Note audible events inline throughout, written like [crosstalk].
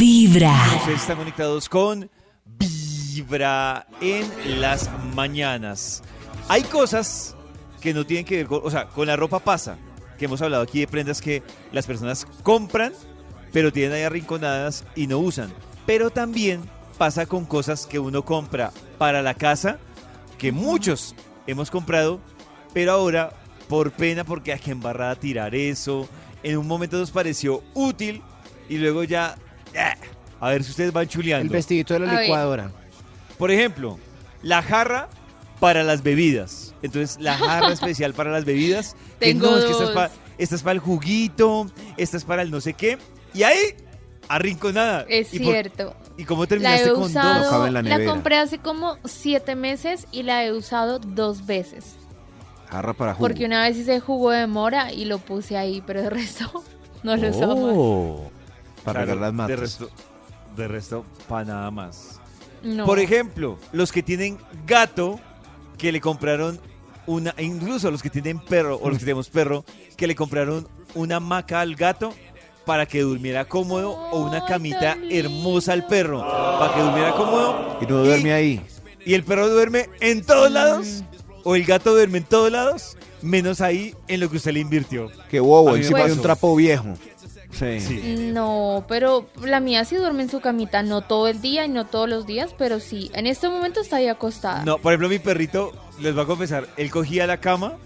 Vibra. Ustedes están conectados con Vibra en las mañanas. Hay cosas que no tienen que ver con, o sea, con la ropa pasa, que hemos hablado aquí de prendas que las personas compran, pero tienen ahí arrinconadas y no usan. Pero también pasa con cosas que uno compra para la casa, que muchos hemos comprado, pero ahora por pena, porque a qué embarrada tirar eso. En un momento nos pareció útil y luego ya... ah, A ver si ustedes van El chuleando. vestidito de A la ver. licuadora. Por ejemplo, la jarra para las bebidas. Entonces, la [laughs] jarra especial para las bebidas. Tengo no, es que esta es, dos. pa- esta es para el juguito, esta es para el no sé qué. Y ahí, arrinconada. Es ¿Y por- cierto. ¿Y cómo La terminaste he con usado, dos? Acaba en la la, nevera. compré hace como siete meses y la he usado dos veces. Jarra para jugo. Porque una vez hice jugo de mora y lo puse ahí, pero el [laughs] resto no lo he usado más. Oh, Para Claro, regar las De matas. resto, de resto para nada más. No. Por ejemplo, los que tienen gato, que le compraron una, e incluso los que tienen perro o los que tenemos perro, que le compraron una hamaca al gato para que durmiera cómodo o una ¡Ay, camita Oh, tan hermosa al perro, para que durmiera cómodo Y no duerme ahí. y el perro duerme en Mm. todos lados o el gato duerme en todos lados, menos ahí en lo que usted le invirtió. Qué A bobo, mí me encima de un pasó. trapo viejo. Sí. Sí. No, pero la mía sí duerme en su camita, no todo el día y no todos los días, pero sí. En este momento está ahí acostada. No, por ejemplo, mi perrito, les voy a confesar, él cogía la cama,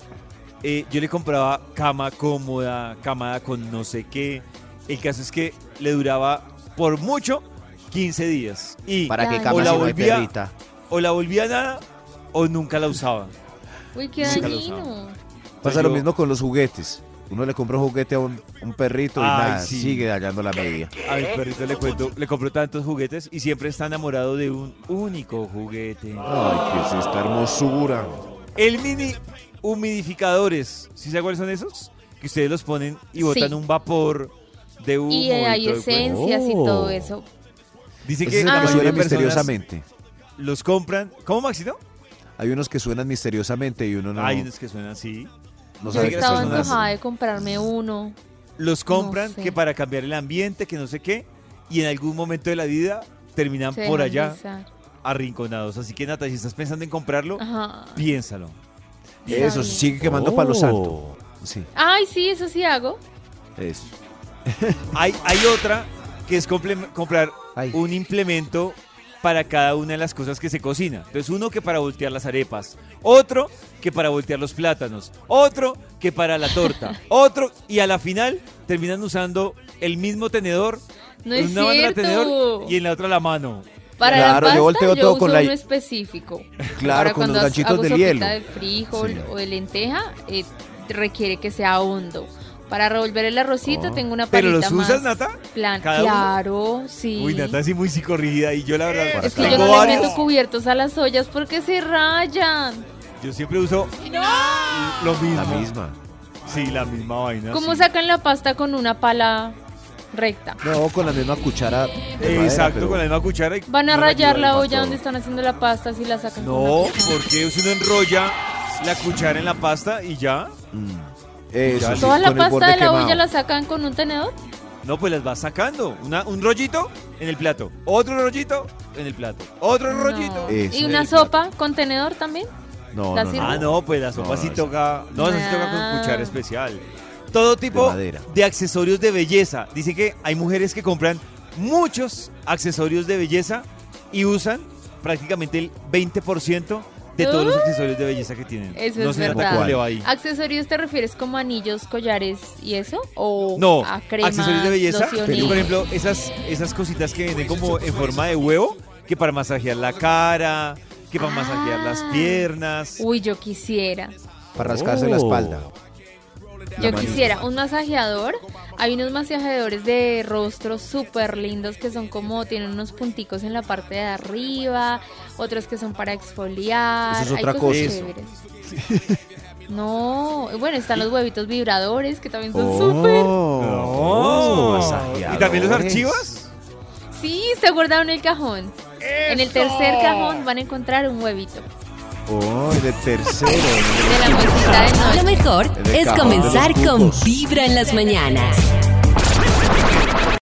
eh, yo le compraba cama cómoda, camada con no sé qué. El caso es que le duraba por mucho 15 días. Y Para que Ay. cama O la si no hay volvía- perrita. o la volvía nada o nunca la usaba. Uy, qué Nunca lo dañino. Pasa Yo- lo mismo con los juguetes. Uno le compra un juguete a un, un perrito y Ay, nada, sí. sigue dañando la media. A mi perrito le cuento, le compró tantos juguetes y siempre está enamorado de un único juguete. Ay, qué es esta hermosura. El mini humidificadores, ¿sí saben cuáles son esos? Que ustedes los ponen y botan Sí. un vapor de humo. Y eh, hay todo el cuento. esencias y Oh. todo eso. Dice Ese que Pues es el la que Ah. mayoría suena de personas misteriosamente. los compran. ¿Cómo, Maxito? Hay unos que suenan misteriosamente y uno no, Hay unos que suenan así. no Yo sabe que qué estaba son personas. antojada de comprarme uno. Los compran No sé. que para cambiar el ambiente, que no sé qué, y en algún momento de la vida terminan Se por dejan allá besar. arrinconados. Así que Nata, si estás pensando en comprarlo, Ajá. piénsalo. Eso, Sabe. sigue quemando palo Oh. santo. Sí, Ay, sí, eso sí hago. eso. Hay, hay otra que es comple- comprar Ay. un implemento para cada una de las cosas que se cocina. Entonces, uno que para voltear las arepas, otro que para voltear los plátanos, otro que para la [laughs] torta, otro, y a la final terminan usando el mismo tenedor No en es una mano el cierto. tenedor y en la otra la mano. Para la Claro, yo pasta, volteo todo uso con la- uno específico. Claro, Ahora, con los cuando ganchitos hago del sopita hielo. de frijol Sí. o de lenteja, eh, requiere que sea hondo. Para revolver el arrocito Oh. tengo una palita ¿Pero los más usas, Nata? plan- ¿Cada uno? Claro, sí. Uy, Nata, sí muy psicorrida y yo la verdad es que Para yo tengo no le meto varios. cubiertos a las ollas porque se rayan. Yo siempre uso lo mismo. La misma. Sí, la misma vaina. ¿Cómo Ah, sí. sacan la pasta con una pala recta? No, con la misma cuchara. de madera, Exacto, pero- con la misma cuchara. y Van a no le rayar ayuda la para olla todo. donde están haciendo la pasta si la sacan con No, una cuchara. porque uno enrolla la cuchara en la pasta y ya. Mm. Eso, Ya sí, ¿Toda con la el pasta borde de la quemado. olla la sacan con un tenedor? No, pues las vas sacando. Una- un rollito en el plato. Otro rollito en el plato. Otro No. rollito. Eso. ¿Y una El plato. sopa con tenedor también? No, la no, no. sirvo. Ah, no, pues la sopa No, sí esa- toca. No, esa sí toca Ah. con cuchara especial. Todo tipo de, madera. accesorios de belleza. Dice que hay mujeres que compran muchos accesorios de belleza y usan prácticamente el 20% de todos los accesorios de belleza que tienen. Ah. Eso no es sé Nata, verdad. cómo le va ahí. ¿Accesorios te refieres como anillos, collares y eso? ¿O No, a cremas, accesorios de belleza. lociones? Por ejemplo, esas, esas cositas que venden como en forma de huevo, que para masajear la cara, que para Ah. masajear las piernas. Uy, yo quisiera. Para rascarse la Oh. espalda. Yo manito. quisiera un masajeador. Hay unos masajeadores de rostro súper lindos que son como, tienen unos punticos en la parte de arriba, otros que son para exfoliar. Eso es Hay otra cosas cosa. chéveres. [laughs] No, bueno, están los huevitos vibradores que también son súper. Oh, Pues, ¿Y también los masajeadores. archivas? Sí, se guardaron en el cajón. En el tercer cajón van a encontrar un huevito Oh, el de tercero. de la bolsita de noche. Lo mejor El de es cajón de comenzar los con cupos. Vibra en las mañanas.